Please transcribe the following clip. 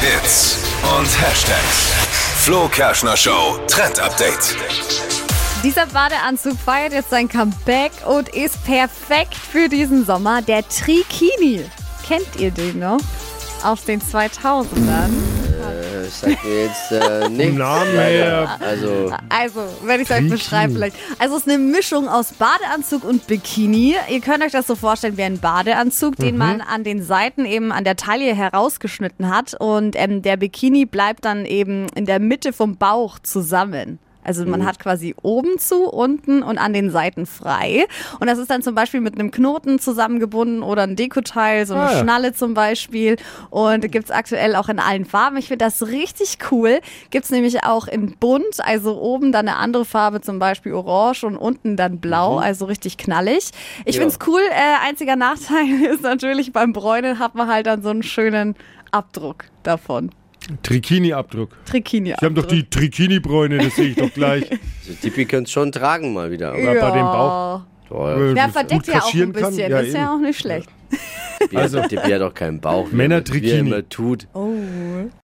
Hits und Hashtags. Flo Kerschner Show Trend Update. Dieser Badeanzug feiert jetzt sein Comeback und ist perfekt für diesen Sommer. Der Trikini. Kennt ihr den noch? Aus den 2000ern. Äh, Ich sag mir jetzt äh, nichts. Namen leider. her. Also, Also, wenn ich es euch beschreibe vielleicht. Also, es ist eine Mischung aus Badeanzug und Bikini. Ihr könnt euch das so vorstellen wie ein Badeanzug, den man an den Seiten eben an der Taille herausgeschnitten hat. Und ähm, der Bikini bleibt dann eben in der Mitte vom Bauch zusammen. Also man hat quasi oben zu, unten und an den Seiten frei. Und das ist dann zum Beispiel mit einem Knoten zusammengebunden oder ein Dekoteil, so eine Ah, ja. Schnalle zum Beispiel. Und gibt's aktuell auch in allen Farben. Ich finde das richtig cool. Gibt's nämlich auch in bunt, also oben dann eine andere Farbe, zum Beispiel orange und unten dann blau, Mhm. also richtig knallig. Ich Ja. find's cool. Äh, einziger Nachteil ist natürlich, beim Bräunen hat man halt dann so einen schönen Abdruck davon. Trikini-Abdruck. Trikini. Die haben doch die Trikini-Bräune, das sehe ich doch gleich. also Tippi könnte schon tragen mal wieder. Ja, äh, bei dem Bauch. Boah, Äh, Ja, gut verdeckt ja auch ein kaschieren kann. bisschen. Ja, ist ja eben. auch nicht schlecht. Tippi, also, Tippi hat doch keinen Bauch. wie er- Männer-Trikini. Wie er immer tut. Oh,